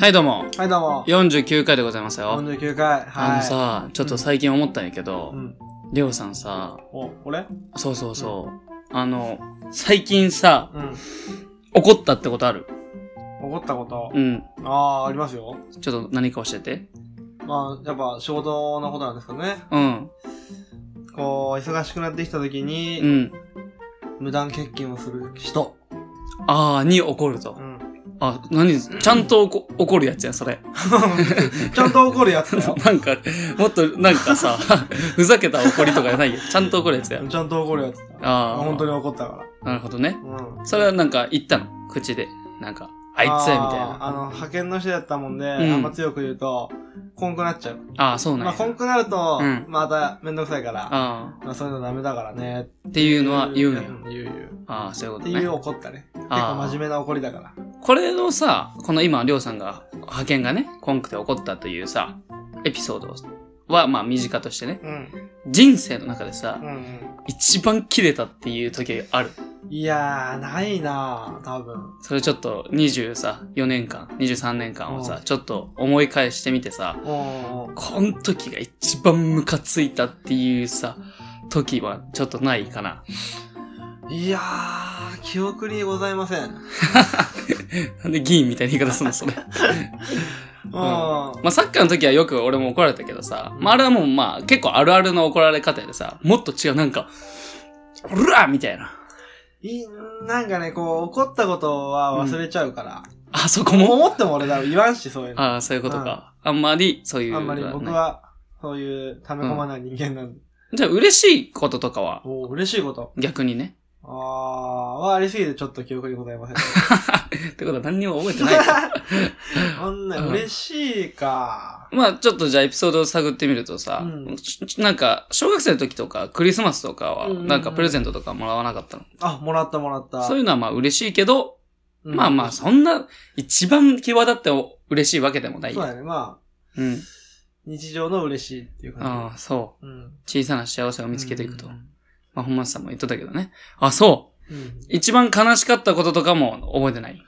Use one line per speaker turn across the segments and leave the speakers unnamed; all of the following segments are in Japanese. はいどうも
はい、どうも。
49回でございますよ、
49回。はい。
あのさちょっと最近思ったんやけど
うん。
りょうさんさ
お、俺
そうそうそうあの最近さ
うん。
怒ったってことある
怒ったこと
う。ん
ああ、ありますよ。
ちょっと何か教えて
まあ、やっぱ仕事のことなんですけどね。
うん
こう、忙しくなってきた時
う
に、
ん
無断欠勤をする人。
ああに怒ると
うん。
あ何ちゃんと怒怒るやつやそれ。
ちゃんと怒るやつだよ
なんかもっとなんかさ ふざけた怒りとかじゃないよちゃんと怒るやつや
ちゃんと怒るやつだ。
あー
本当に怒ったか
なるほどね
ら。うん。
それはなんか言ったの口でなんかあいつやみたい
あーあ
な
の、派遣の人だったもんで、
ん
あんま強く言うと、こんくなっちゃう。
ああそうなん
まあ、
や、
こんくなると
うん、
まためんどくさいから、
あ
まあ、そういうのダメだからね。
あっていうのは言うんや、
ん言う言う。
ああ、そういうこ
っ
と
てい
ね
う。怒ったね。結
あー
構真面目な怒りだから。
これのさ、この今、りょうさんが、派遣がね、コンクで起こったというさ、エピソードは、まあ、身近としてね、
うん。
人生の中でさ
う、ん、
一番切れたっていう時ある。
うん。いやー、ないなー、多分。
それちょっと、20さ、4年間、23年間を
う
さ
ん、
ちょっと思い返してみてさ、
うんうん。
この時が一番ムカついたっていうさ、時はちょっとないかな。
いやー、記憶にございません。うん。
なんで議員みたいな言い方すんのそれ。
ま
まあ、サッカーの時はよく俺も怒られたけどさ、まあ、あれはもうまあ、結構あるあるの怒られ方やでさ、もっと違う、なんか、うらーみたいな。
いなんかね、こう、怒ったことは忘れちゃうから。
あそこも
思っても俺だろ、言わんし、そういうの。あ
ああ、そういうことか。あんまり、そういう。
んまり僕。は、そういう、溜め込まない人間なんで。
じゃあ、嬉しいこととかは、
おー嬉しいこと。
逆にね。
あー、はありすぎてちょっと記憶にございません。
ってことは何にも覚えて ない。
あんな、嬉しいか。
まあ、ちょっとじゃあ、エピソードを探ってみるとさ、
うん
ちちなんか、小学生の時とか、クリスマスとかは、
うん
なんかプレゼントとかもらわなかったの。
あ、もらったもらった。
そういうのはまあ、嬉しいけど、
うん
まあまあ、そんな、一番際立ってお嬉しいわけでもない
そう
よ。
だね。まあ、
うん。
日常の嬉しいっていう感
ああ、そ
じ。うん。
う。小さな幸せを見つけていくと。
うん
まあ、本松さんも言ってたけどね。あ、そう。
うん。
一番悲しかったこととかも覚えてない。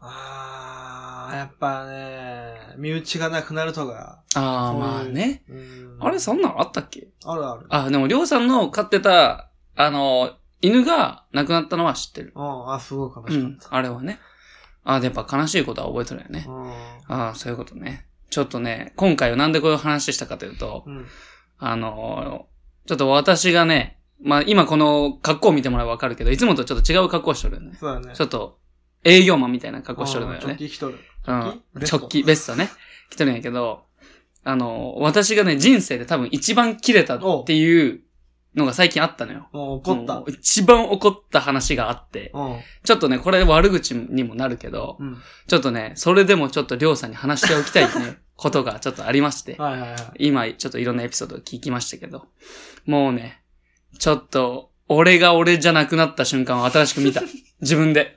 ああ、やっぱね、身内がなくなるとか。
ああ、
そういう
まあね。
うん
あれ、そんなのあったっけ
あるある。
あ、でも、りょうさんの飼ってた、あの、犬が亡くなったのは知ってる。
うん、あ、すごい悲
う
し
ん。
かっ
あれはね。あでやっぱ悲しいことは覚えてるよね
た。。うん。
ああ、そういうことね。ちょっとね、今回はなんでこういう話したかというと
う、ん。
あの、ちょっと私がね、まあ今この格好を見てもらえばわかるけど、いつもとちょっと違う格好をしてるよね。
そうだね。
ちょっと、営業マンみたいな格好してるの
うん
よ
直
ね。
帰来とる。
うん。
ベスト
直帰、ベストね。来てるんやけど、あの、私がね、人生で多分一番切れたっていうのが最近あったのよ。
もう怒った
もう。一番怒った話があって、
う
ちょっとね、これ悪口にもなるけど、
ん。うん。
ちょっとね、それでもちょっとりょうさんに話しておきたい ね、ことがちょっとありまして、
はいはいはい。
今ちょっといろんなエピソードを聞きましたけど、もうね、ちょっと、俺が俺じゃなくなった瞬間を新しく見た。自分で。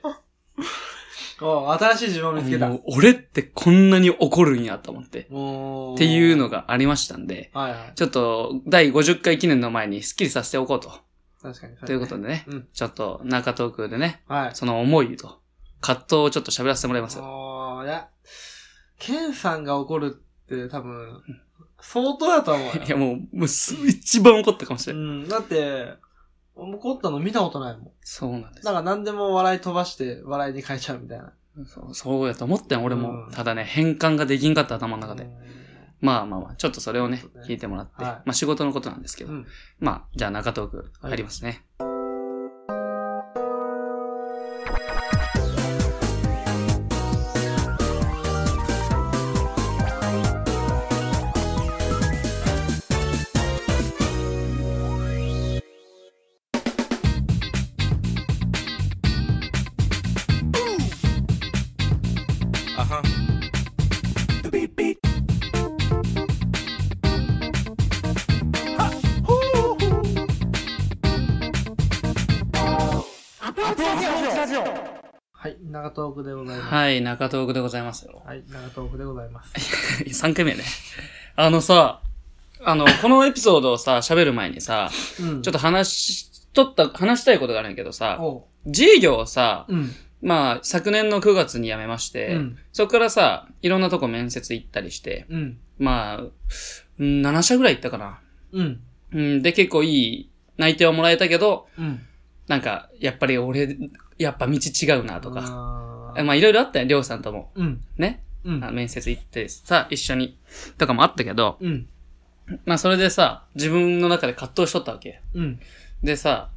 お新しい自分を見つけた。
もう俺ってこんなに怒るんやと思って。
お
っていう
の。
のがありましたんで、
はいはい。
ちょっと第50回記念の前にスッキリさせておこうと。
確かに。
ということ
で。
でね、
うん
ちょっと中東区でね、
はい。
その思いと葛藤をちょっと喋らせてもらいます。
おーいや、ケンさんが怒るって多分、相当だと思うよ。
いやもう、もうす一番怒ったかもし
う
れない。
ん、だって、怒ったの見たことないもん。
そうなんです
なんか何でも笑い飛ばして、笑いに変えちゃうみたいな。
そう。そうやと思ってん、俺も。
うん
ただね、変換ができんかった頭の中で。
う
まあまあまあ、ちょっとそれをね
そう、ね
聞いてもらって。
はい
まあ仕事のことなんですけど。
ん。
まあ、じゃあ中東区入りますね。
はい、長トークでございます。は
はい、中東区でございますよ
い、。長トークでございます。
3回目ね。あのさ、あの、このエピソードをさ、喋る前にさ、
うん。
ちょっと
と、
話し、とった、話したいことがあるんやけどさ、
おう。
事業をさ、
うん。
まあ、昨年の9月に辞めまして、
うん。
そこからさ、いろんなとこ面接行ったりして、
うん。
まあ、うん7社ぐらい行ったかな。
うん。
うん、で、結構いい内定をもらえたけど、
うん。
なんか、やっぱり俺、やっぱ道違うなとか。
か
まあ、いろいろあったよ、りょうさんとも。
うん。
ね。
うん
あ。面接行ってさ、一緒に。とかもあったけど、
うん。
まあ、それでさ、自分の中で葛藤しとったわけ。
うん。
でさ、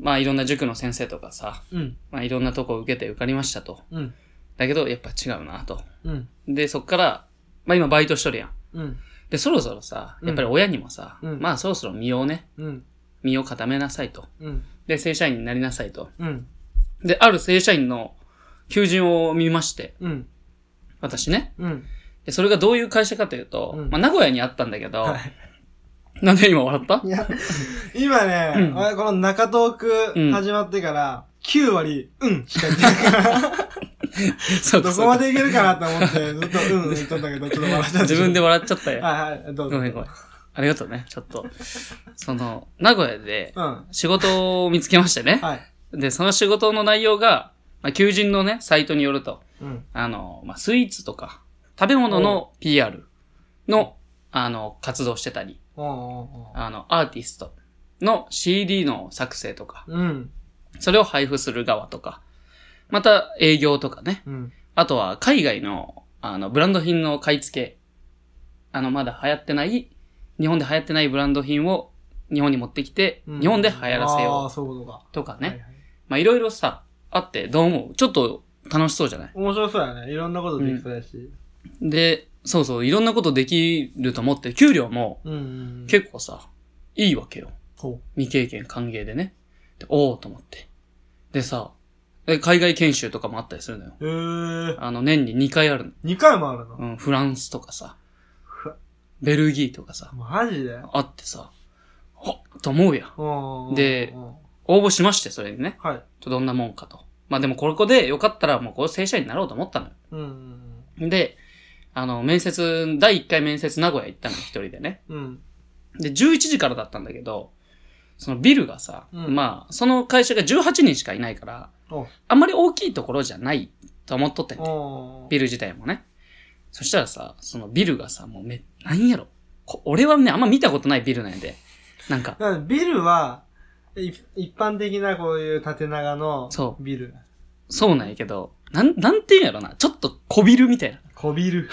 まあ、いろんな塾の先生とかさ、
うん。
まあ、いろんなとこ受けて受かりましたと。
うん。
だけど、やっぱ違うなと。
うん。
で、そっから、まあ今バイトしとるやん。
うん。
で、そろそろさ、
うん
やっぱり親にもさ、
うん
まあそろそろ身をね、
うん。
身を固めなさいと。
うん。
で、正社員になりなさいと。
うん。
で、ある正社員の求人を見まして、
うん。
私ね。
うん。
で、それがどういう会社かというと、
うん
まあ名古屋にあったんだけど、
はい。
なんで今笑った
いや、 今ね、
うん
俺この中東
うん
区始まってから、9割、うん、しか言っ てないから、
そうか
ど
そ
こ
う
ま
か
でいけるかなと思って、ずっとうん、うん言っとったけど、ちょっと笑っちゃった。
自分で笑っちゃったよ。
はいはい、どうぞ。
ごめんごめん。ありがとうね、ちょっと。その、名古屋で
うん。は
仕事を見つけましてね。
い。
で、その仕事の内容が、まあ、求人のね、サイトによると、
うん。
あの、まあ、スイーツとか、食べ物の PR の、あの、活動してたり、
おうおうおう
あの、アーティストの CD の作成とか、
うん。
それを配布する側とか、また営業とかね、
うん。
あとは海外の、あの、ブランド品の買い付け、あの、まだ流行ってない、日本で流行ってないブランド品を日本に持ってきて、
うん
日本で流行らせ
ああ、
よ
そういうことか。
うとか
はい
ね、
はい。
まあ、いろいろさ、あって、どう思うちょっと楽しそうじゃない
面白そうやね。いろんなことできそうやし。
で、そうそう、いろんなことできると思って、給料も
うんうん。うん
結構さ、いいわけよ。
構。
未経験歓迎でね。でおおと思って。でさ、で海外研修とかもあったりするのよ。
へえ。
あの、年に2回あるの。
2回もあるの
うん、フランスとかさ
ふわ、
ベルギーとかさ、
マジで
あってさ、おっと思うやん。
うん。
で
うん、
応募しまして、それにね。
はい。
ちょどんなもんかと。まあでも、ここでよかったら、もうこう正社員になろうと思ったの
うんうん
よ。で、あの、面接、第1回面接名古屋行ったのよ、一人でね。
うん。うん。
で、11時からだったんだけど、そのビルがさ、
うん
まあ、その会社が18人しかいないから、
お
あんまり大きいところじゃないと思っとったんよ、
お
ビル自体もね。そしたらさ、そのビルがさ、もうめ、なんやろ。こ俺はね、あんま見たことないビルなんやで。なんか、
だからビルは、い一般的なこういう縦長の
そ
ビル。
そうなんやけど、なん、なんていうんやろな。ちょっと小ビルみたいな。
小ビル。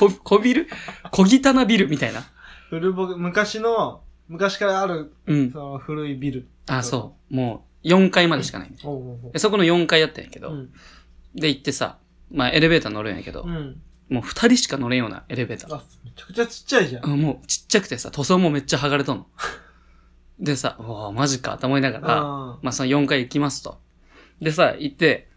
小、 小ビル小汚ビルみたいな。
古ぼ昔の、昔からある、
うん。
その古いビル。
あ、そう。もう、4階までしかないみたい
おうおう
な。でそこの4階やったんやけ
お
ど、
ううん。
で行ってさ、まあエレベーター乗るんやけど、
うん。
もう二人しか乗れんようなエレベーター。
あ、めちゃくちゃちっちゃいじゃん。
うんもうちっちゃくてさ、塗装もめっちゃ剥がれとんの。でさ、うわぁ、マジかと思いながら、
あ
まあその4回行きますと。でさ、行って、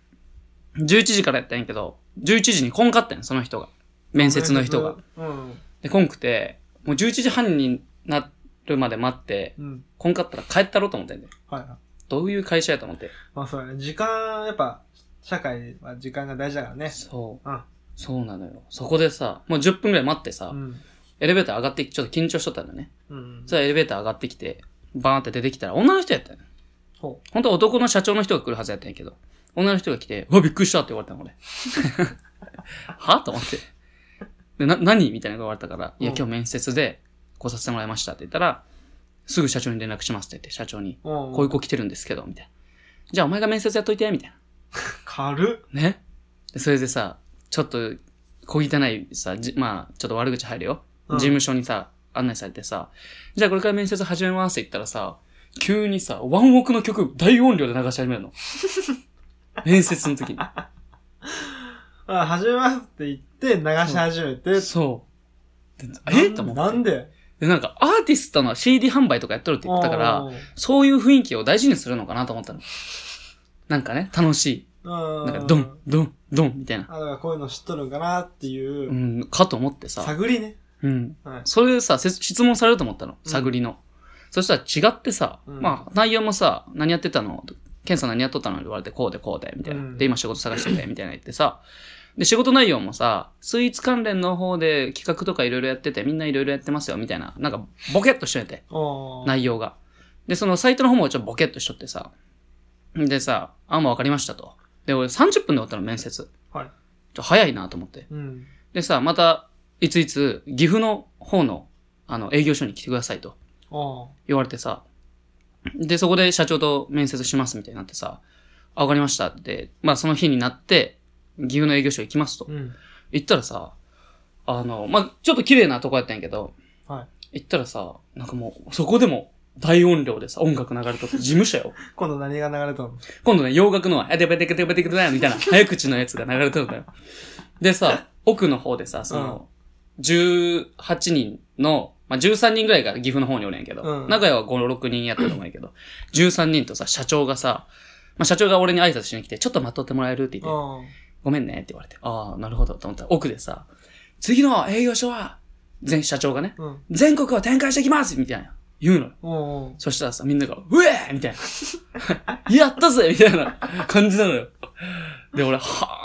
11時からやったんやけど、11時に来んかったんやその人が。面接の人が。。
うん。
で、来んくて、もう11時半になるまで待って、
うん。
来んかったら帰ったろうと思ってんだよ。
はいはい。
どういう会社やと思って。
まあそうやね。時間、やっぱ、社会は時間が大事だからね。
そう。
うん
そうなのよ。そこでさ、もう10分くらい待ってさ、
うん。
エレベーター上がってき、ちょっと緊張しとったんだよね。
うん。
そしたらエレベーター上がってきて、バーンって出てきたら女の人やったよ。
ほ
本当は男の社長の人が来るはずやったんやけど、女の人が来て、うわ、びっくりしたって言われたの、俺。 はと思って。で、な、何みたいなのが言われたから、いや、
うん
今日面接で来させてもらいましたって言ったら、すぐ社長に連絡しますって言って、社長に、
う。うん。
こういう子来てるんですけど、みたいな。じゃあお前が面接やっといて、みたい
軽っ。
な。ね。でそれでさ、ちょっと、小汚いさ、じまあ、ちょっと悪口入るよ。
うん
事務所にさ、案内されてさ、じゃあこれから面接始めますって言ったらさ、急にさ、ワンオクの曲大音量で流し始める の。面接の時に。
あ、始めますって言って、流し始めて。
そう。で
なん
えと思って。
なんで
で、なんかアーティストの CD 販売とかやっとるって言ってたから、
おう
そういう雰囲気を大事にするのかなと思ったの。なんかね、楽しい。
おう、
なん
う
かドン、ドン、ドンみたいな。
あ、だからこういうの知っとるんかなっていうう、
ん、かと思ってさ。
探りね。
うん。
はい。
それでさ、せ質問されると思ったの。
うん
探りの。そしたら違ってさ、
うん
まあ、内容もさ、何やってたのケンさん何やっとったの言われて、こうでこうで、みたいな。
うん
で、今仕事探してて、みたいな言ってさ。で、仕事内容もさ、スイーツ関連の方で企画とかいろいろやってて、みんないろいろやってますよ、みたいな。なんか、ボケっとしといて、
おー
内容が。で、そのサイトの方もちょっとボケっとしとってさ。でさ、あ、もうわかりましたと。で、俺30分で終わったの、面接。
はい。
ちょ、早いなと思って。
うん。
でさ、また、いついつ、岐阜の方の、あの、営業所に来てくださいと
あ
言われてさ、で、そこで社長と面接しますみたいになってさ、あ、わかりましたって、まあその日になって、岐阜の営業所行きますと
あ。。うん。
行ったらさ、あの、まあ、ちょっと綺麗なとこやったんやけど、
はい
行ったらさ、なんかもう、そこでも大音量でさ、音楽流れとって、事務所よ。
今度何が流れたの
今度ね、洋楽の、あ、でばでかでばでかでばみたいな、 早口のやつが流れとるんだよ。でさ、奥の方でさ、その、18人の、まあ、13人ぐらいが岐阜の方におるんやけど、
うん
長屋は5、6人やったと思うんやけど、13人 とさ、社長がさ、まあ、社長が俺に挨拶しに来て、ちょっと待っとってもらえるって言って、
あ
ごめんねって言われて、ああ、なるほどと思ったら、奥でさ、次の営業所は、全社長がね、
あ。うん。
全国を展開していきますみたいな、言うのよ。
おうおう
そしたらさ、みんなが、うえーみたいな。 やったぜみたいな感じなのよ。で、俺、は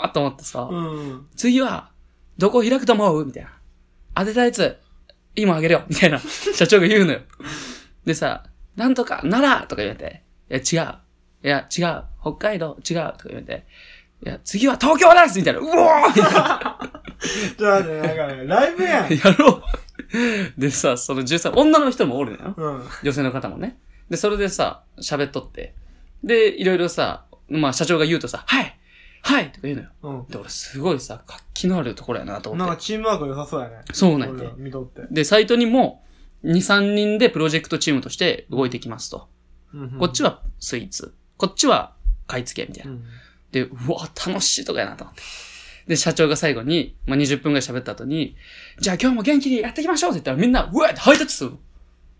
ぁと思ってさ、
うん。
次は、どこ開くと思うみたいな。当てたやつ、今あげるよみたいな、社長が言うのよ。でさ、なんとか、奈良とか言われて、いや、違う。いや、違う。北海道、違う。とか言われて、いや、次は東京ですみたいな、うおーみたいな。
じゃあね、なんかね、ライブやん。
やろう。でさ、その13、女の人もおるのよ。
うん。
女性の方もね。で、それでさ、喋っとって。で、いろいろさ、まあ社長が言うとさ、はいはいとか言うのよ。
う
で、俺すごいさ、活気のあるところやなと
ん。なん
思っ
か
て。
チームワーク良さそうやね。
そうなん
俺
や
ら見とって。
で、サイトにも、2、3人でプロジェクトチームとして動いていきますと。こっち
は。
はスイーツ。こっちは買い付けみたいな
う。ん。
で、うわ、楽しいとかやなと思って。で、社長が最後に、まあ、20分ぐらい喋った後に、じゃあ今日も元気にやっていきましょうって言ったらみんな、うわーってハイタッチするの。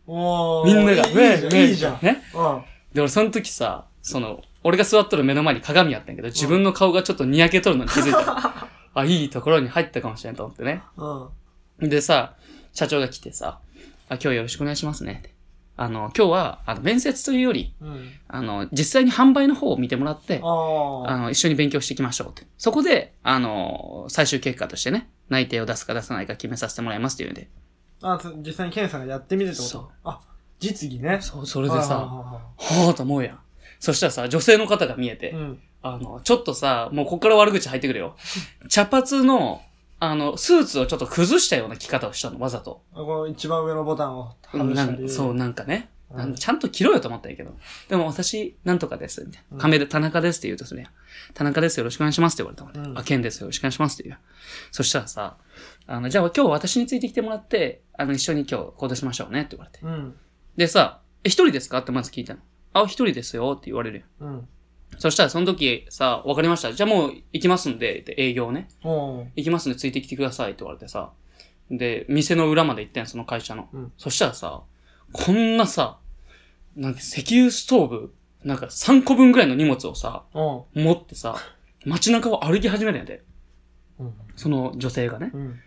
おー
みんなが、
いい
ウェイウ
じゃん。
ェイ
いいじゃん。
ね。
うん。
で、俺その時さ、その、俺が座っとる目の前に鏡あったんやけど、自分の顔がちょっとにやけとるのに気づい た。あ、いいところに入ったかもしれんと思ってね。
うん。
でさ、社長が来てさ、あ、今日よろしくお願いしますねって。あの、今日は、あの、面接というより、
うん。
あの、実際に販売の方を見てもらって、
あ
あ
あ。
の、一緒に勉強していきましょうって。そこで、あの、最終結果としてね、内定を出すか出さないか決めさせてもらいますっていうんで。
あ、そ実際にケンさんがやってみてってこと
そう
あ、実技ね。
そう、そ
そ
れでさ、はぁと思うやん。そしたらさ、女性の方が見えて、
うん。
あの、ちょっとさ、もうこっから悪口入ってくる よ。茶髪の、あの、スーツをちょっと崩したような着方をしたの、わざと。
あこの一番上のボタンを
う
外
んな
し
ん
て。
そう、。なんかね。
うん
なんちゃんと着ろよと思ったんやけど。でも私、なんとかです。みたい
うん
な。亀で田中ですって言うとするやん。田中ですよろしくお願いしますって言われたもんね。
うん
あ、ケンですよろしくお願いしますって言う。そしたらさ、あの、じゃあ今日私についてきてもらって、あの、一緒に今日行動しましょうねって言われて。
うん。
でさ、え、一人ですかってまず聞いたの。あ、一人ですよって言われる
うん。
やん。そしたらその時さ、わかりました。じゃあもう行きますんで、って営業をね。
おう
行きますんでついてきてくださいって言われてさ。で、店の裏まで行ってん、その会社の。
うん
そしたらさ、こんなさ、なんか石油ストーブ、なんか3個分ぐらいの荷物をさ、
おう
持って さ、街中を歩き始めるんやで。
うん。
その女性がね。
うん。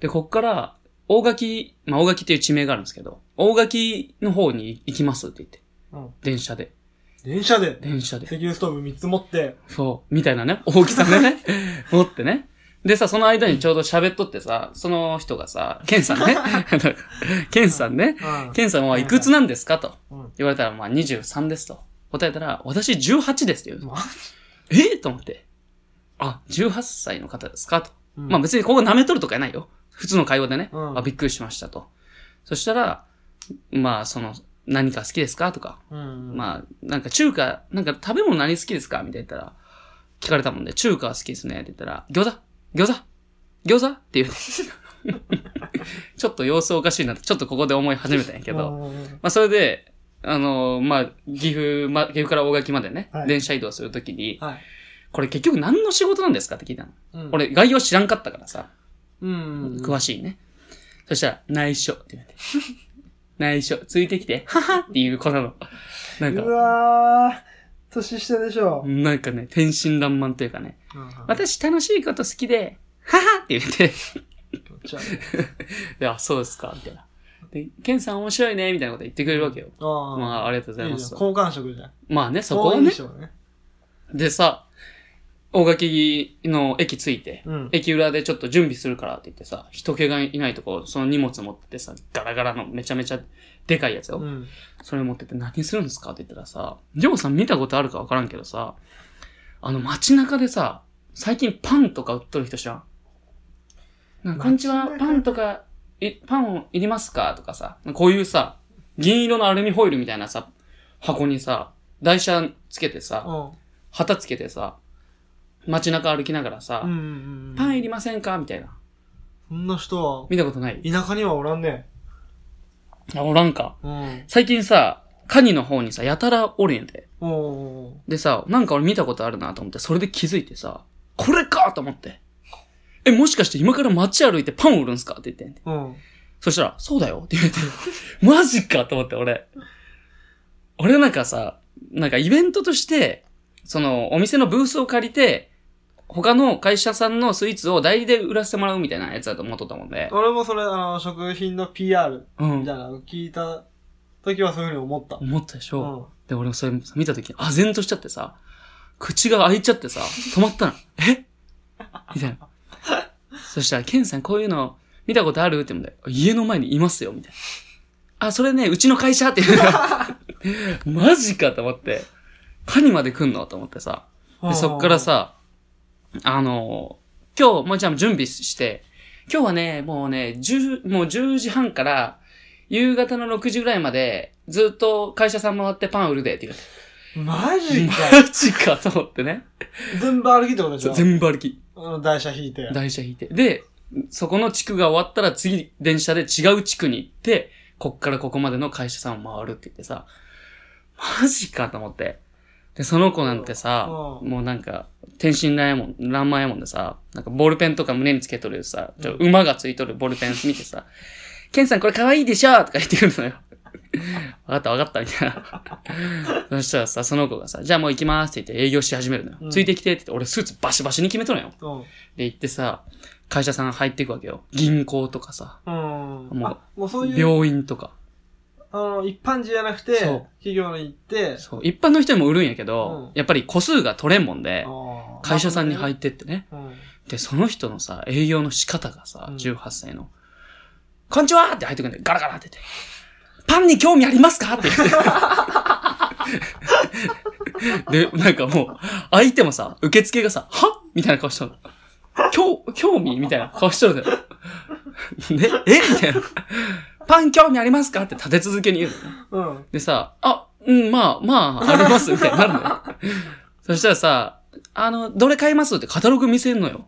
で、こっから、大垣、まあ、大垣っていう地名があるんですけど、大垣の方に行きますって言って。
うん。
電車で。
電車で、
電車で。
石油ストーブ3つ持って、
そう、みたいなね、大きさが ね、持ってね。でさ、その間にちょうど喋っとってさ、その人がさ、ケンさんね、 あのケンさんね、
う
ケンさんはいくつなんですかと
うん
言われたら、まあ23ですと。答えたら、私18ですって言うの
マ。
えと思って。あ、18歳の方ですかと。
ん。
まあ別にここ舐めとるとかやないよ。普通の会話でね。
うん
あ、びっくりしましたと。そしたら、まあその、何か好きですかとか、
うん。あ、
まあ、なんか中華、なんか食べ物何好きですかみたいな言ったら、聞かれたもんで、中華は好きですね。って言ったら、餃子餃子餃子って言う。 ちょっと様子おかしいなって、ちょっとここで思い始めたんやけど、ま
うん。
あそれで、あのーまあ、岐阜、ま、岐阜から大垣までね、
はい
電車移動するときに、
はい。
これ結局何の仕事なんですかって聞いたの。
うん、
俺、概要知らんかったからさ、
うん。
詳しいね。そしたら、内緒って言われて。内緒、ついてきて、ははっていう子なの。なんか
う、わー、年下でしょ。
なんかね、天真爛漫というかね、
うん
私楽しいこと好きで、ははって言って、
じゃ
で、あ、そうですか、みたいな。で、ケンさん面白いね、みたいなこと言ってくれるわけよ。
あ、ああ。
まあ、ありがとうござい
いい
ま
じゃん
す。
好感触じゃん。
まあね、そこを
好
ね
印。象ね。
でさ、大垣の駅着いて、
うん。
駅裏でちょっと準備するからって言ってさ、人気がいないとこ、その荷物持っててさ、ガラガラのめちゃめちゃでかいやつよ。
うん。
それ持ってて何するんですかって言ったらさ、ジョーさん見たことあるかわからんけどさ、あの街中でさ、最近パンとか売っとる人知らんなんかこんにちは
街、中
パンとか、いパンをいりますかとかさ、こういうさ、銀色のアルミホイルみたいなさ、箱にさ、台車つけてさ、
う
旗つけてさ、街中歩きながらさ、
ん。うんうん。
パンいりませんかみたいな。
そんな人は、
見たことない
田舎にはおらんね。
あ、おらんか。
うん。
最近さ、カニの方にさ、やたらおるんやで。
おうおうおう
でさ、なんか俺見たことあるなと思って、それで気づいてさ、これかと思って。え、もしかして今から街歩いてパン売るんすかって言ってんで。
うん。
そしたら、そうだよって言われて、マジかと思って俺。俺なんかさ、なんかイベントとして、その、お店のブースを借りて、他の会社さんのスイーツを代理で売らせてもらうみたいなやつだと思っとったもんで。
俺もそれ、あの、食品の PR
う
み
ん
た。いなのを聞いた時はそういうふうに思った。
思ったでしょ、
うん。
で、俺もそれ見たときに、あぜんとしちゃってさ、口が開いちゃってさ、止まったの。 えみたいな。そしたら、ケンさんこういうの見たことあるって言うんで、家の前にいますよ、みたいな。あ、それね、うちの会社って言うの マジかと思って、カニまで来んのと思ってさ。
うん
で、そっから、さ、あの今日、もうじゃあ準備して、今日はね、もうね、10、もう10時半から、夕方の6時ぐらいまで、ずっと会社さん回ってパン売るで、って言わ
マ
れ
ジ
て。
か。
マジかと思ってね。
全部歩きってことでしょ
全部歩き。
うん台車引いて。
台車引いて。で、そこの地区が終わったら次、電車で違う地区に行って、こっからここまでの会社さんを回るって言ってさ、マジかと思って。で、その子なんてさ、
う
もうなんか、天真乱もん、乱漫やもんでさ、なんかボールペンとか胸につけとるさ、ちょ馬がついとるボールペン見てさ、ケンさんこれ可愛いでしょとか言ってくる のよ。わかったわかったみたいな。そしたらさ、その子がさ、じゃあもう行きますって言って営業し始めるのよ。
うん
ついてきてって言って、俺スーツバシバシに決めとるのよ。
うん。
で行ってさ、会社さん入っていくわけよ。銀行とかさ、
うん。
もう
あもうそういう、
病院とか。
あの、一般人じゃなくて
そう、
企業に行って、
そう。一般の人にも売るんやけど、
うん
やっぱり個数が取れんもんで、
あー
会社さんに入ってってね。
うん。
で、その人のさ、営業の仕方がさ、
うん
18歳の、こんにちはって入ってくるんで、ガラガラって言って、パンに興味ありますかって言 って。で、なんかもう、相手もさ、受付がさ、はみたいな顔しとるの。興、興味みたいな顔しとるのよ。で、えみたいな。パン興味ありますかって立て続けに言うのね。
うん。
でさ、あ、うん、まあ、まあ、あります、みたいになるの よ。そしたらさ、あの、どれ買いますってカタログ見せんのよ。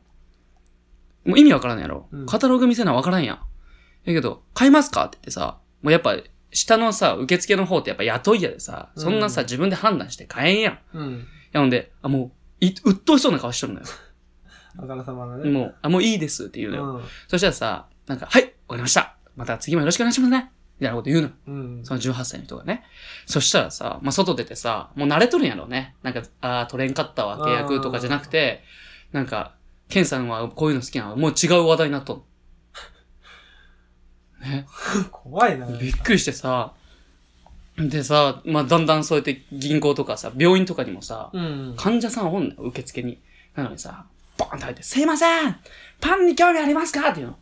もう意味わからんやろ。
うん
カタログ見せなわからんやん。だけど、買いますかって言ってさ、もうやっぱ、下のさ、受付の方ってやっぱ雇いやでさ、そんなさ、
うん
自分で判断して買えんやん。
うん。
やんで、あ、もう、い、鬱陶しそうな顔しとるのよ。
あからさまだね。
もう、あ、もういいですって言うのよ。
うん。
そしたらさ、なんか、はい、わかりました。また次もよろしくお願いしますね。みたいなこと言うの。
うん。
その18歳の人がね。そしたらさ、まあ、外出てさ、もう慣れとるんやろうね。なんか、ああ、取れんかったわ、契約とかじゃなくて、なんか、ケンさんはこういうの好きなのもう違う話題になっとん。ね。
怖いな。
びっくりしてさ、でさ、まあ、だんだんそうやって銀行とかさ、病院とかにもさ、
うん。
患者さんおんのよ、受付に。なのにさ、ボーンって入って、すいませんパンに興味ありますかっていうの。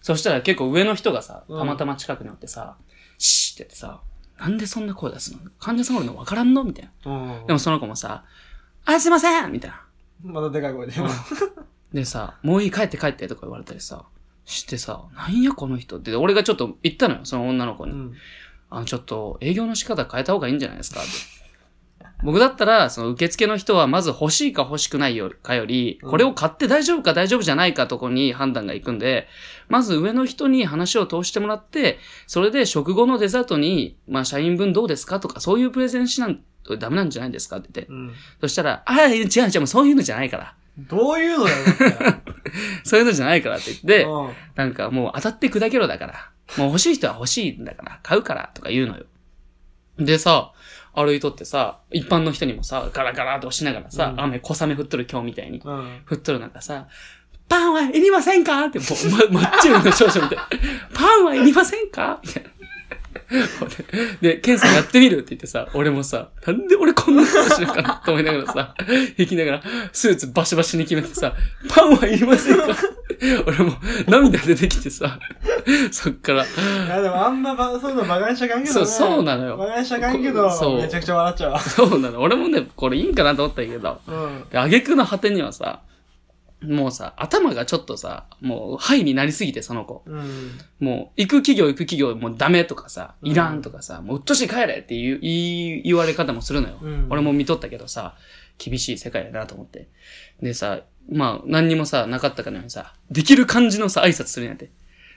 そしたら結構上の人がさ、
うん
たまたま近くにおってさ、シーってやってさ、なんでそんな声出すの患者さんおるの分からんのみたいな。
うん
で。もその子もさ、あ、すいませんみたいな。
またでかい声で。
でさ、もういい帰って帰ってとか言われたりさ、してさ、なんやこの人って、俺がちょっと言ったのよ、その女の子
う
に。
ん。
あの、ちょっと営業の仕方変えた方がいいんじゃないですかって。僕だったら、その受付の人はまず欲しいか欲しくないよかより、
うん
これを買って大丈夫か大丈夫じゃないかとこに判断がいくんで、まず上の人に話を通してもらって、それで食後のデザートに、まあ社員分どうですかとか、そういうプレゼンしなんとダメなんじゃないですかって言って。
うん。
そしたら、ああ、違う違う、もうそういうのじゃないから。
どういうの よ、だっ
そういうのじゃないからって言って
て。、うん。
なんかもう当たって砕けろだから。もう欲しい人は欲しいんだから、買うからとか言うのよ。でさ、歩いとってさ、一般の人にもさ、ガラガラと押しながらさ、
うん
雨、小雨降っとる今日みたいに。
うん。
降っとる中さ、パンはいりませんかって、もう、ま、マッチョの少女みたいな。パンはいりませんかみたいな。で、ケンさんやってみるって言ってさ、俺もさ、なんで俺こんなことしなかなと思いながらさ、弾きながら、スーツバシバシに決めてさ、パンはいりませんか俺も涙出てきてさ、そっから。
いや、でもあんまば、そういうの馬鹿にしちゃかんけど
そ
ね。
う、そう
の。
なのよ。
馬鹿にしちゃかんけど
こそう、
めちゃくちゃ笑っちゃうわ。
そうなの。俺もね、これいいんかなと思ったんやけど。
うん。
で、挙句の果てにはさ、もうさ、頭がちょっとさ、もう、はいになりすぎて、その子。
うん。
もう、行く企業行く企業、もうダメとかさ、
うん
いらんとかさ、もううっとうしい帰れっていう、言い、言われ方もするのよ。
うん
俺も見とったけどさ、厳しい世界だなと思って。でさ、まあ、何にもさ、なかったかのようにさ、できる感じのさ、挨拶するんやって。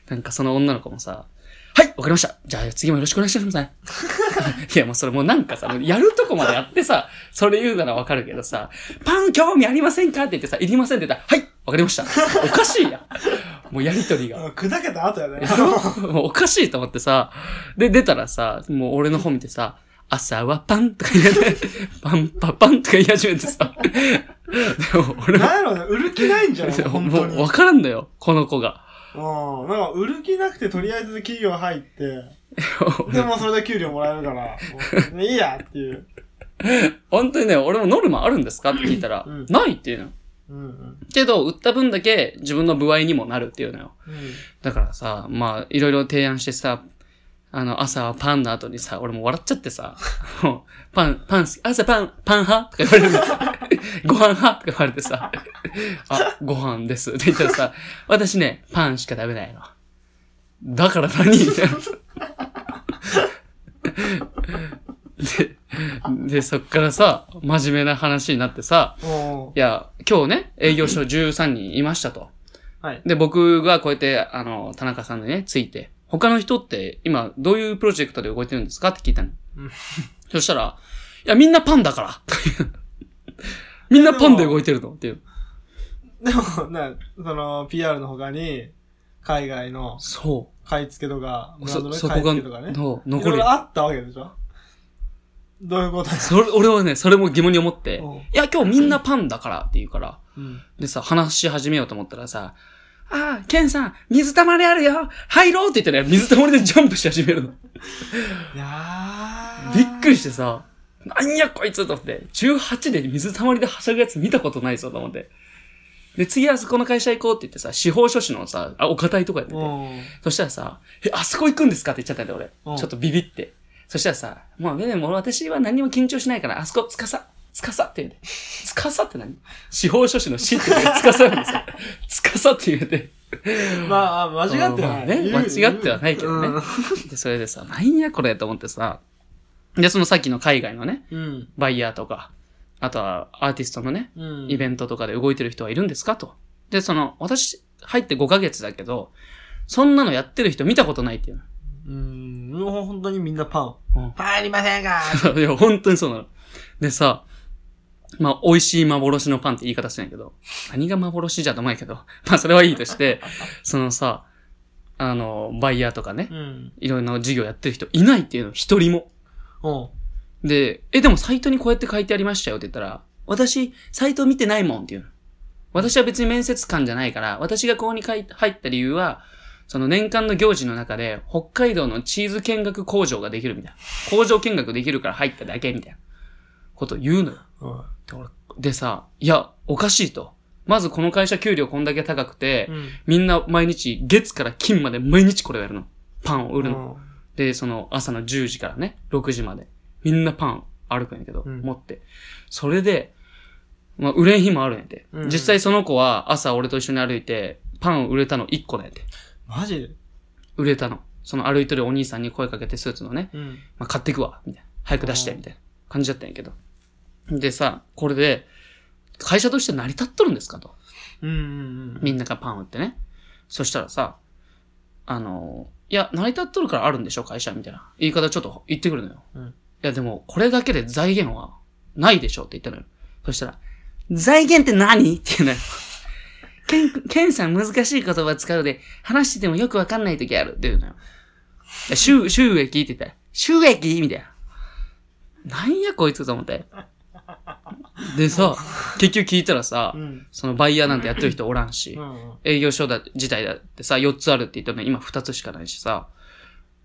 なんかその女の子もさ、はいわかりましたじゃあ次もよろしくお願いしますね。 いや、もうそれもうなんかさ、もうやるとこまでやってさ、それ言うならわかるけどさ、パン興味ありませんかって言ってさ、いりませんって言ったら、はいわかりましたおかしいやん。もうやりとりが。
砕けた後やね。
も うおかしいと思ってさ、で、出たらさ、もう俺の方見てさ、朝はパンとか言いて、パンパパンとか言い始めてさ、でも俺
なんやろうね、売る気ないんじゃない
も、
本
も
当に。
うわからんのよ、この子が。
うん。なんか、売る気なくて、とりあえず企業入って、でもそれで給料もらえるから、もういいやっていう。
本当にね、俺もノルマあるんですかって聞いたら、
うん
ないっていうの。
うんうん。
けど、売った分だけ自分の部合にもなるっていうのよ。
うん。
だからさ、まあ、いろいろ提案してさ、あの、朝はパンの後にさ、俺もう笑っちゃってさ、もうパン、パン好き、朝パン、パン派とか言われるの ご飯派とか言われてさ、あ、ご飯ですって言ったらさ、私ね、パンしか食べないの。だから何みたいな。で、で、そっからさ、真面目な話になってさ、
おー
いや、今日ね、営業所13人いましたと。
はい。
で、僕がこうやって、あの、田中さんにね、ついて、他の人って今どういうプロジェクトで動いてるんですかって聞いたの
うん。
そしたら、いや、みんなパンだから というみんなパンで動いてるのっていう。
でも、な、その、PR の他に、海外の
そ
買い付けとか、
う。
ブランド
そ、
の
そ
買
こが、
い付けとかね。
の
いろ
残
い
り
ろ。あったわけでしょどういうこと
それ、俺はね、それも疑問に思って、
おう
いや、今日みんなパンだからって言うから、
うん。
でさ、話し始めようと思ったらさ、ああ、ケンさん、水たまりあるよ入ろうって言ってね、水たまりでジャンプし始めるの。
いやー。
びっくりしてさ、なんやこいつと思って、18で水たまりではしゃぐやつ見たことないぞと思って。で、次あそこの会社行こうって言ってさ、司法書士のさ、あ、お堅いとこやってて。
うん。
そしたらさ、え、あそこ行くんですかって言っちゃったんだよ、
うん
俺。ちょっとビビって。そしたらさ、もうね、もう私は何も緊張しないから、あそこ、つかさ、つかさって言うて。つかさって何司法書士の死って言うてつかさなんですよ。つかさって言うて。
まあ、間違って
ま
は
あ
ない。
ね
言う
間違ってはないけどね
うん
で、それでさ、なんやこれと思ってさ。で、そのさっきの海外のね、
うん。
バイヤーとか、あとはアーティストのね、
うん。
イベントとかで動いてる人はいるんですかと。で、その、私、入って5ヶ月だけど、そんなのやってる人見たことないっていう
うん。もう本当にみんなパン。
うん
パンありませんか
の。い や、本当にそうなの。でさ、まあ、美味しい幻のパンって言い方してんやけど、何が幻じゃと思うんやけど、 まあ、それはいいと して、そのさ、あの、バイヤーとかね
う、ん。
いろいろな事業やってる人いないっていうの、一人も。
おう
で、え、でもサイトにこうやって書いてありましたよって言ったら、私、サイト見てないもんっていうの。私は別に面接官じゃないから、私がここに書い入った理由は、その年間の行事の中で、北海道のチーズ見学工場ができるみたいな。工場見学できるから入っただけみたいなことを言うのよ。
うん。
でさ、いや、おかしいと。まずこの会社給料こんだけ高くて、
うん。
みんな毎日、月から金まで毎日これをやるの。パンを売るの。で、その朝の10時からね、6時まで、みんなパン歩くんやけど、
うん
持って。それで、まあ、売れん日もあるんやて。
うん
実際その子は朝俺と一緒に歩いて、パンを売れたの1個なんやて。
マジで
売れたの。その歩いてるお兄さんに声かけてスーツのね、
うん。
まあ、買ってくわ、みたいな。早く出して、みたいな感じだったんやけど。でさ、これで、会社として成り立っとるんですかと。
うんうん
みんながパン売ってね。そしたらさ、あの、いや、成り立っとるからあるんでしょ、会社みたいな。言い方ちょっと言ってくるのよ。
うん
いや、でも、これだけで財源はないでしょって言ったのよ。そしたら、財源って何って言うのよ。 ケン、ケンさん難しい言葉使うで、話しててもよくわかんない時あるって言うのよ。いや収、収益って言ったら、収益みたいな。なんやこいつと思って。でさ、結局聞いたらさ、
うん。うん。
そのバイヤーなんてやってる人おらんし
う、ん。
営業所だ自体だってさ、4つあるって言ったのに今2つしかないしさ、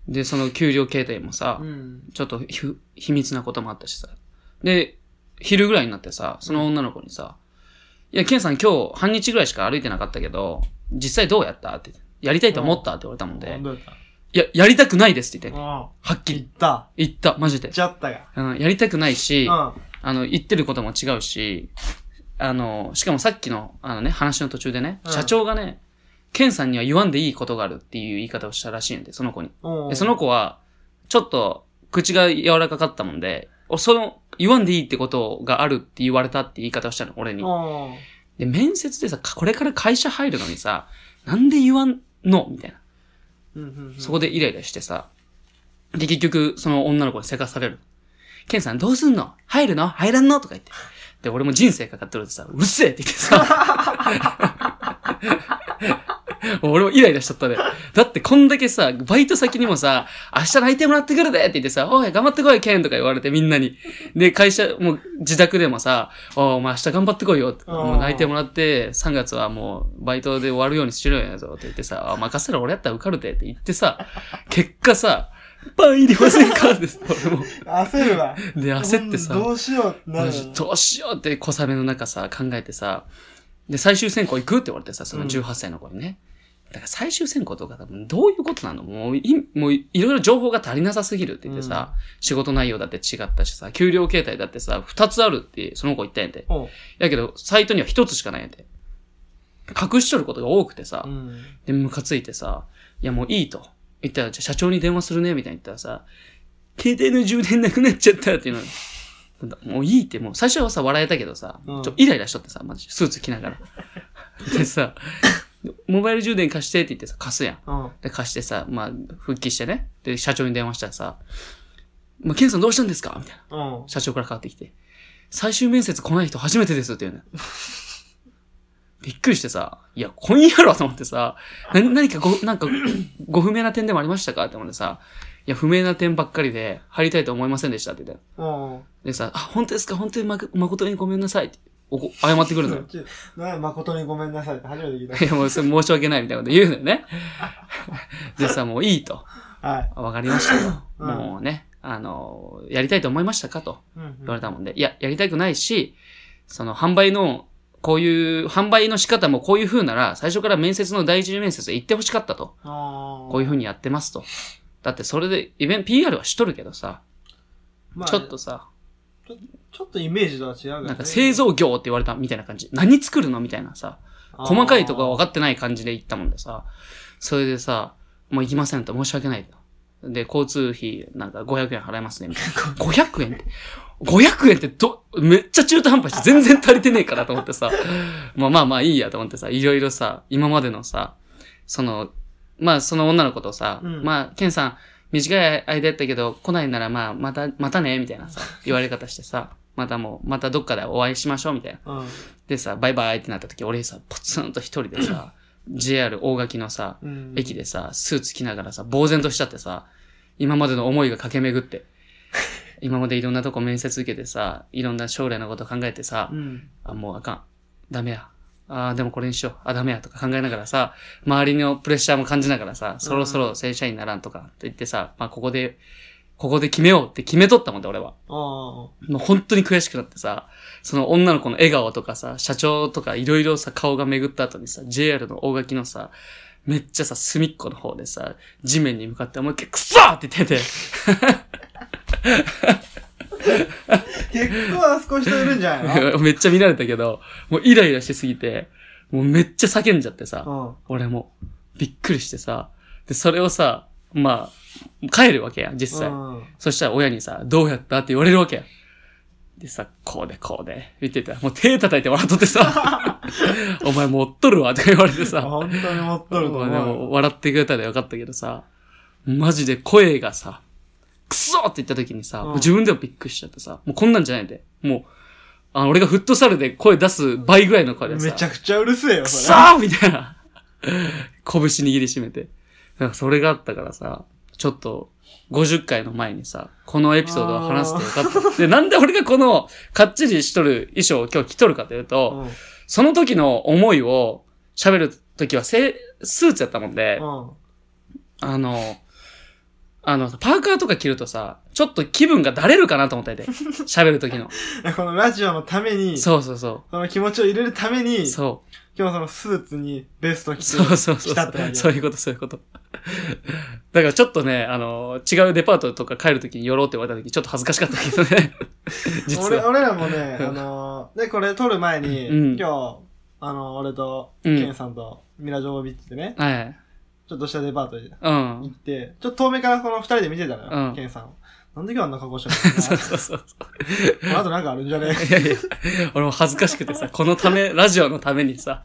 で、その給料形態もさ
う、ん。
ちょっとひ秘密なこともあったしさ、で、昼ぐらいになってさ、その女の子にさ、いや、ケンさん今日半日ぐらいしか歩いてなかったけど、実際どうやったって言ってやりたいと思ったって言われたもんで、
どうやった
いや、やりたくないですって言って、
うん。
はっきり
行った。
言った、マジで
行っ。ちゃったが。
うん、やりたくないし、
うん。
あの、言ってることも違うし、あの、しかもさっきの、あのね、話の途中でね、
うん
社長がね、ケンさんには言わんでいいことがあるっていう言い方をしたらしいんで、その子に。
う
で、
ん。
その子は、ちょっと、口が柔らかかったもんで、おその、言わんでいいってことがあるって言われたって言い方をしたの、俺に。
うん。
で、面接でさ、かこれから会社入るのにさ、なんで言わんのみたいな。
うんうんうん。
そこでイライラしてさ、で、結局、その女の子にせかされる。ケンさんどうすんの入るの入らんのとか言って。で、俺も人生かかってるってさ、うっせえって言って さ。俺もイライラしちゃったね。だってこんだけさ、バイト先にもさ、明日泣いてもらってくるでって言ってさ、おい、頑張ってこい、ケンとか言われてみんなに。で、会社、もう自宅でもさ、おいお前明日頑張ってこいよ。
うん
もう泣いてもらって、3月はもうバイトで終わるようにしろよぞって言ってさ、あ任せろ俺やったら受かるでって言ってさ、結果 さ、パン入りませんかってさ、俺も。
焦るわ。
で、焦ってさ、
どうしようってな
マ
る。
ジどうしようって小雨の中さ、考えてさ、で、最終選考行くって言われてさ、その
うん
18歳の子にね。だから最終選考とか多分どういうことなのもうい、もういろいろ情報が足りなさすぎるって言ってさ、仕事内容だって違ったしさ、給料形態だってさ、二つあるってその子言ったんやて。
おう
やけど、サイトには一つしかないんやて。隠しとることが多くてさ、
うん。
で、ムカついてさ、いやもういいと。言ったら、じゃあ社長に電話するね、みたいに言ったらさ、携帯の充電なくなっちゃったっていうの。なんだもういいって、もう最初はさ、笑えたけどさ、
うん
ちょイライラしとってさ、マジスーツ着な がら。でさ、モバイル充電貸してって言ってさ、貸すやん。
うん。
で、貸してさ、まあ、復帰してね。で、社長に電話したらさ、まあ、ケンさんどうしたんですかみたいな。
うん。
社長からかかってきて、最終面接来ない人初めてですって言う ね。びっくりしてさ、いや、今夜やろと思ってさ、な、何かご、なんか、ご不明な点でもありましたかって思ってさ、いや、不明な点ばっかりで、入りたいと思いませんでしたって言って。
うん。
でさ、あ、本当ですか本当にま、誠にごめんなさいって、おこ、謝ってくるの よ。
な誠にごめんなさいって初めて聞
い
い
や、もうそれ申し訳ないみたいなこと言うのよね。でさ、もういいと。
た。はい。
わかりましたよ。
うん
もうね、あの、やりたいと思いましたかと。
うんうん
言われたもんで、いや、やりたくないし、その販売の、こういう、販売の仕方もこういう風なら、最初から面接の第一次面接で行ってほしかったと。
あー
こういう風にやってますと。だってそれで、イベント、PR はしとるけどさ、
まあ
ちょっとさ、
ちょっとイメージとは違うからね
なんか製造業って言われたみたいな感じ。何作るのみたいなさ、細かいとこは分かってない感じで行ったもんでさ、それでさ、もう行きませんと申し訳ないと。で、交通費なんか500円払いますね、みたい な。500円って。500円ってど、めっちゃ中途半端して全然足りてねえからと思ってさ、まあまあまあいいやと思ってさ、いろいろさ、今までのさ、その、まあその女の子とさ、
うん
まあ、ケンさん、短い間やったけど、来ないならまあ、また、またね、みたいなさ、言われ方してさ、またもう、またどっかでお会いしましょう、みたいな。
あー
でさ、バイバイってなった時、俺さ、ポツンと一人で さ、JR 大垣のさ、
うん。
駅でさ、スーツ着ながらさ、呆然としちゃってさ、今までの思いが駆け巡 って、今までいろんなとこ面接受けてさ、いろんな将来のこと考えてさ
う、ん。
あ、もうあかん。ダメや。あーでもこれにしよう。あ、ダメや。とか考えながらさ、周りのプレッシャーも感じながらさ、そろそろ正社員にならんとかって言ってさ、まあここで、ここで決めようって決めとったもんで、俺は。
あ
もう本当に悔しくなってさ、その女の子の笑顔とかさ、社長とかいろいろさ、顔が巡った後にさ、JR の大垣のさ、めっちゃさ、隅っこの方でさ、地面に向かって思いっきり、くそーって言ってて、
あ。結構あそこ人いるんじゃな い
めっちゃ見られたけど、もうイライラしすぎて、もうめっちゃ叫んじゃってさ、
の
俺も、びっくりしてさ、で、それをさ、まあ、帰るわけや、
うん。
実際。
うん
そしたら親にさ、どうやったって言われるわけや。でさ、こうでこうで、言ってたら、もう手叩いて笑っとってさ、 お前持っとるわとか言われてさ、
本当に持っとると
まあで
思う。
も笑ってくれたらよかったけどさ、マジで声がさ、クソって言った時にさ、
うん
自分でもびっくりしちゃってさ、もうこんなんじゃないで、もう、あの俺がフットサルで声出す倍ぐらいの声でさ、
めちゃくちゃうるせえよ、
く
そ
そ
れ。
ーみたいな。拳握りしめて。なんかそれがあったからさ、ちょっと、50回の前にさ、このエピソードを話してよかった。で、なんで俺がこの、かっちりしとる衣装を今日着とるかというと、その時の思いを喋る時はせ、スーツやったもんで
う、ん。うん。
あの、あの、パーカーとか着るとさ、ちょっと気分がだれるかなと思 ったんやで。喋る時の。
このラジオのために、そ
そうそうそ
の気持ちを入れるために
う。、そ
今日そのスーツにベスト
う。
着て
そうそうそ
来たってわ
う。
け
そういうこと、そういうこと。だからちょっとね、あの、違うデパートとか帰る時に寄ろうって言われた時ちょっと恥ずかしかったけど ね。実
俺
は。
俺ら もね、あのーで、これ撮る前に、
うん
今日、あの俺と、
うん
ケンさんと、ミラ・ジョービッチでね、
はい。
ちょっとしたデパートに
う
行っ
ん。
て、ちょっと遠目からこの二人で見てたのよ、
うん
ケンさんを。なんで今日あんな格好して
そ
る
うそうそう。
のあとなんかあるんじ ゃね
いやいや、俺も恥ずかしくてさ、このため、ラジオのためにさ、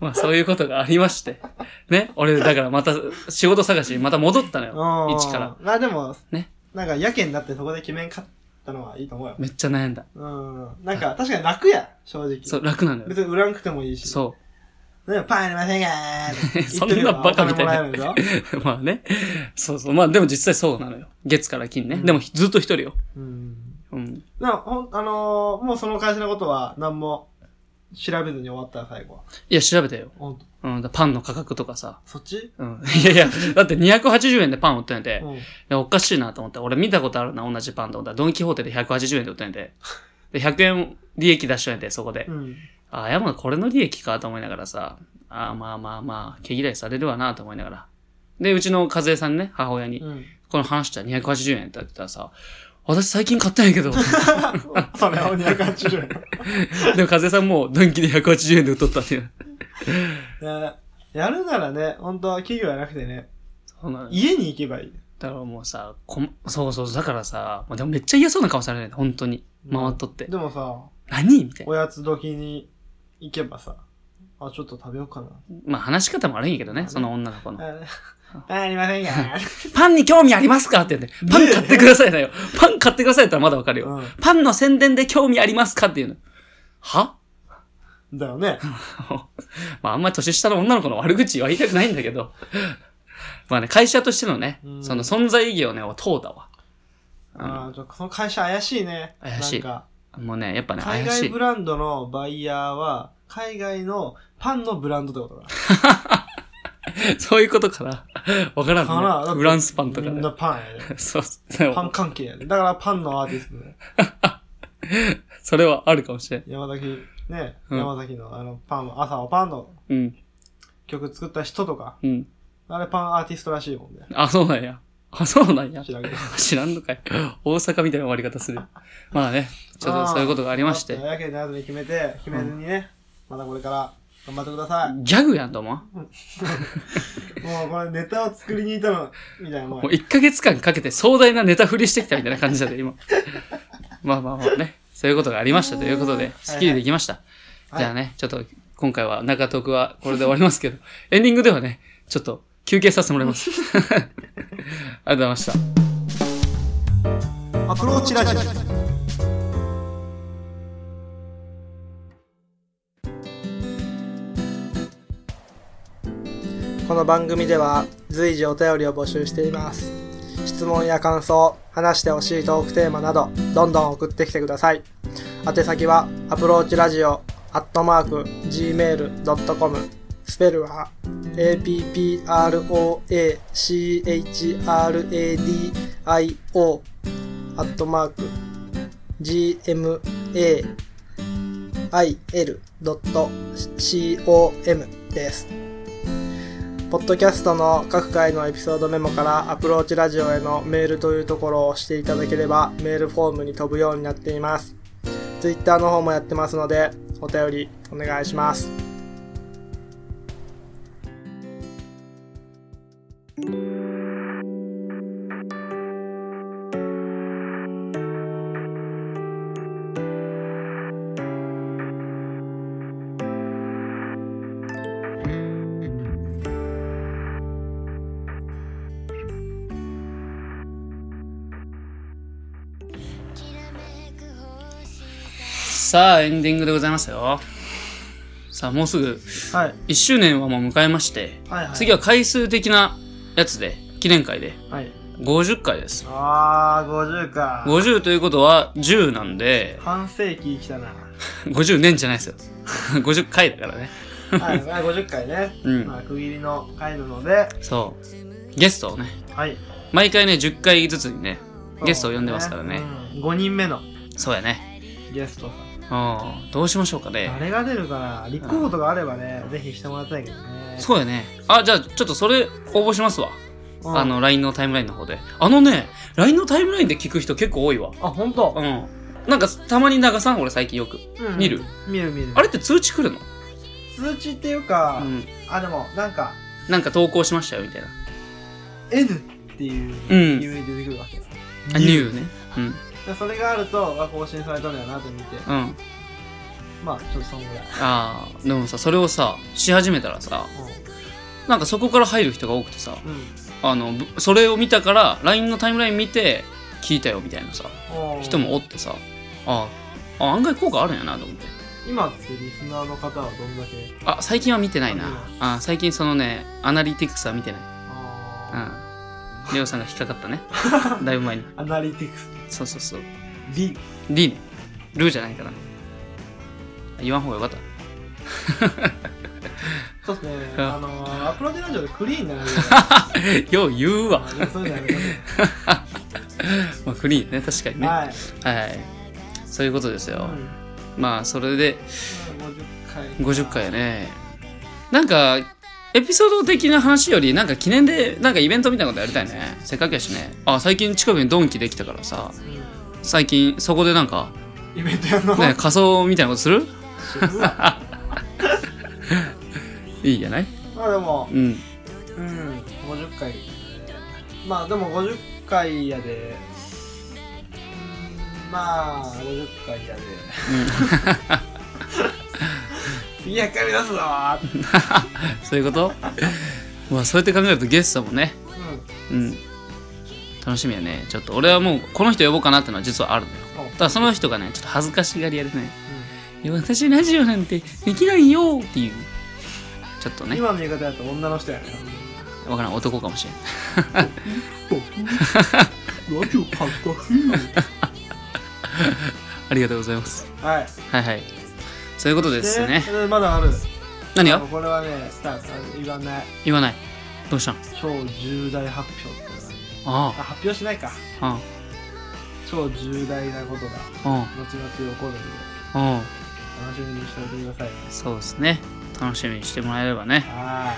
まあそういうことがありまして。ね。俺、だからまた仕事探しにまた戻ったの
うん
よ。一から。。
まあでも、
ね
なんかやけになってそこで決めんかったのはいいと思うよ。
めっちゃ悩んだ。
うん。なんか確かに楽や、正直。
そう、楽なのよ。
別に売らんくてもいいし。
そ
ねパンありませんかーって
う。 そんなバカみたい
言っ
な
てればお金 もらえるんでしょ。
まあね。そうそう。まあでも実際そうなのよ。月から金ね。
うん
でもずっと一人よ。
うん。
うん。
な、ほん、あのー、もうその会社のことは何も調べずに終わったら最後は。
いや、調べたよ。
ほんと
うん。だパンの価格とかさ。
そっち
うん。 いやいや、だって280円でパン売ってんやで。
うん。
いや、おかしいなと思った。俺見たことあるな、同じパンと思ったら。ドンキホーテで180円で売ってんやで。で、100円利益出しとんやで、そこで
う。ん。
ああ、山田これの利益かと思いながらさ。ああ、まあまあまあ、毛嫌いされるわなと思いながら。で、うちの和江さんね、母親に、
うん。
この話したら280円って言ったらさ、私最近買ったんやけど。
それを280円。
でも、風さんも、ドンキで180円で売っとったっていう。
いややるならね、ほんと企業じゃなくてね、
そうなのだ
家に行けばいい。
からもうさ、こんそうそう、だからさ、まあでもめっちゃ嫌そうな顔されるね、本当に。回っとって。
でもさ、
何みたいな。
おやつ時に行けばさ、あ、ちょっと食べようかな。
まあ話し方も悪いんやけどね、その女の子の。
あ、ありません か。
パンに興味ありますかって言って、パン買ってくださいなよ。パン買ってくださいだったらまだわかるよ。
う
パンの宣伝で興味ありますかっていうの。は
ん。だよね。
まああんまり年下の女の子の悪口は言いたくないんだけど。まあね、会社としてのね
う、ん
その存在意義をね、問うだわ。
あーちょその会社怪しいね。
怪しい
なんか、
もうね、やっぱね、
海
怪し
外
い
ブ。ランドのバイヤーは、海外のパンのブランドってことだ。
そういうことかな。わから
かなだっ
ん
て
ね。フランスパンとか
みん
ね。
なパンやで。
そうそう。
パン関係やで。だからパンのアーティストね。
それはあるかもしれん。
山崎、ね、
うん
山崎のあの、パン、朝はパンの
うん。
曲作った人とか、
うん。
あれパンアーティストらしいもんね。
あ、そうなんや。あ、そうなんや。
知らんけど。
知らんのかい。大阪みたいな終わり方する。まあね、ちょっとそういうことがありまし
ち
て
ょっ。とやけにならずに決めて、決めずにね、またこれから頑張ってください。
ギャグやんと思う
もうこれネタを作りに行ったの、みたいなもん
もう。1ヶ月間かけて壮大なネタ振りしてきたみたいな感じだで、今。 まあまあまあね。そういうことがありましたということで、スッキリできました。
はい
じゃあね、ちょっと今回は中トークはこれで終わりますけど、 エンディングではね、ちょっと休憩させてもらいます。 ありがとうございました。
アプローチラジオ。この番組では随時お便りを募集しています。質問や感想、話してほしいトークテーマなど、どんどん送ってきてください。宛先は、アプローチラジオ、アットマーク、gmail.com、スペルは、approachradio、アットマーク、gmail.com です。ポッドキャストの各回のエピソードメモからアプローチラジオへのメールというところを押していただければメールフォームに飛ぶようになっています。ツイッターの方もやってますのでお便りお願いします。
さあ、エンディングでございますよ。さあ、もうすぐ
はい。
1周年はもう迎えまして、
はい、はい。
次は回数的なやつで、記念会で
はい。
50回です。
あー、50か。
50ということは10なんで、
半世紀来 たな。
50年じゃないですよ。50回だからね。
はい、50回ね。
うん
まあ、区切りの回なので、
そう。ゲストをね、
はい。
毎回ね、10回ずつにね、ゲストを呼んでますからね。
うん、5人目の
そうやね。
ゲストさん
うん。どうしましょうかね。
誰が出るかな立候補とかあればね、ぜひしてもらいたいけどね
そうやね。あ、じゃあ、ちょっとそれ、応募しますわ。
うん
あの、LINE のタイムラインの方で。あのね、LINE のタイムラインで聞く人結構多いわ。
あ本当
う、ん。なんか、たまに長さん、俺最近よく。
うん
見る
見る見る
あれって通知来るの
通知っていうか、
うん。
あでもなんか
なんか投稿しましたよ、みたいな。
N っていう
うん
有名に出てくるわけ、
あ、ニューね。うん。
でそれがあるとあ更新されたんだよなと見て
うん。
まあちょっとそんぐらい、
ああ、でもさ、それをさ、し始めたらさ、
う
なんかそこから入る人が多くてさ、
ん
あの、ぶそれを見たから、LINE のタイムライン見て、聞いたよ、みたいなさ、
うん、
人もおってさ、ああ、あ案外効果あるんやな、と思って。
今ってリスナーの方はどんだけ
あ、最近は見てないな
あ見て。
あ最近そのね、アナリティクスは見てない。
あ
うん。レオさんが引っかかった ね。だいぶ前に。
ーアナリティクス
そうそうそう。
リ
D ね。ルーじゃないかな。言わん方がよかった。
そうですね
うん
あのー、アプローチラジオでクリーンになるよ
よう言うわ。
うな そういうのやめてくだ
まあ、クリーンね、確かにね。
さいはい
はい。そういうことですよ。
うん
まあ、それで
50回
50回やね。なんか、エピソード的な話より、なんか記念で、なんかイベントみたいなことやりたいね。せっかくやしね。あ、最近近くにドンキできたからさ、最近そこでなんか、
イベントやんの、
ね、仮装みたいなことするいいじゃない
まあでも
うん。
うん50回まあでも50回やでうんまあ50回やで 次100回目出すぞーって
そういうこと まあ、そうやって考えるとゲストもね、
う
うん。楽しみやね。ちょっと俺はもう、この人呼ぼうかなってのは実はあるのよ。
んお
ただその人がね、ちょっと恥ずかしがり屋でね、いや私ラジオなんてできないよっていう、ちょっとね、
今の言い方だと女の人やね
わからん男かもしれん。
ラジオかっこいい
ありがとうございます。
はい
はいはい。そういうことですね。
でまだある
何
あ
よ
のこれはねスタート言わない
言わない。どうしたん
超重大発表っていうのが
あ
あ発表しないか
あ、あ
超重大なことが
あ、
後々起こるんで
ああ、
楽しみにしておいてくださいね
そうですね。楽しみにしてもらえればね。
は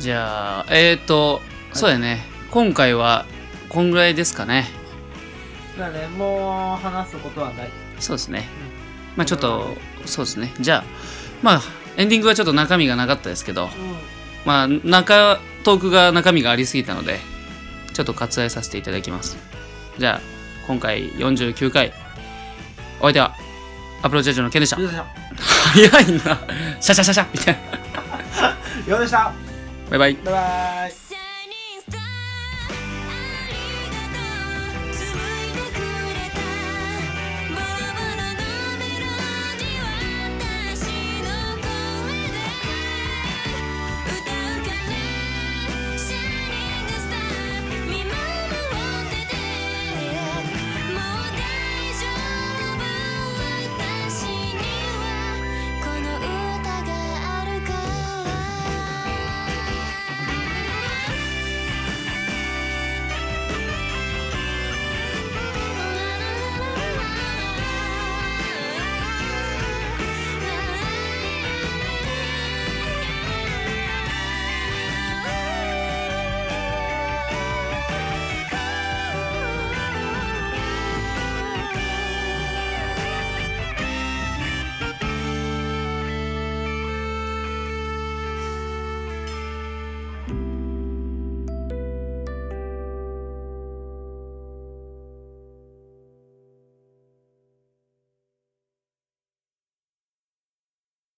じゃあ、えーと、そうやね。今回は、こんぐらいですかね。
いだからねもう話すことはない
そうですね。まあちょっと、そうですね。じゃあ、まあ、エンディングはちょっと中身がなかったですけど、まあ、中、トークが中身がありすぎたので、ちょっと割愛させていただきます。じゃあ、今回49回、お相手は、アプローチラジオのケンでした
うん。よいしょ
早いな。シャシャシャシャみたいな。
よいしょ
バイバイ。
バイバイ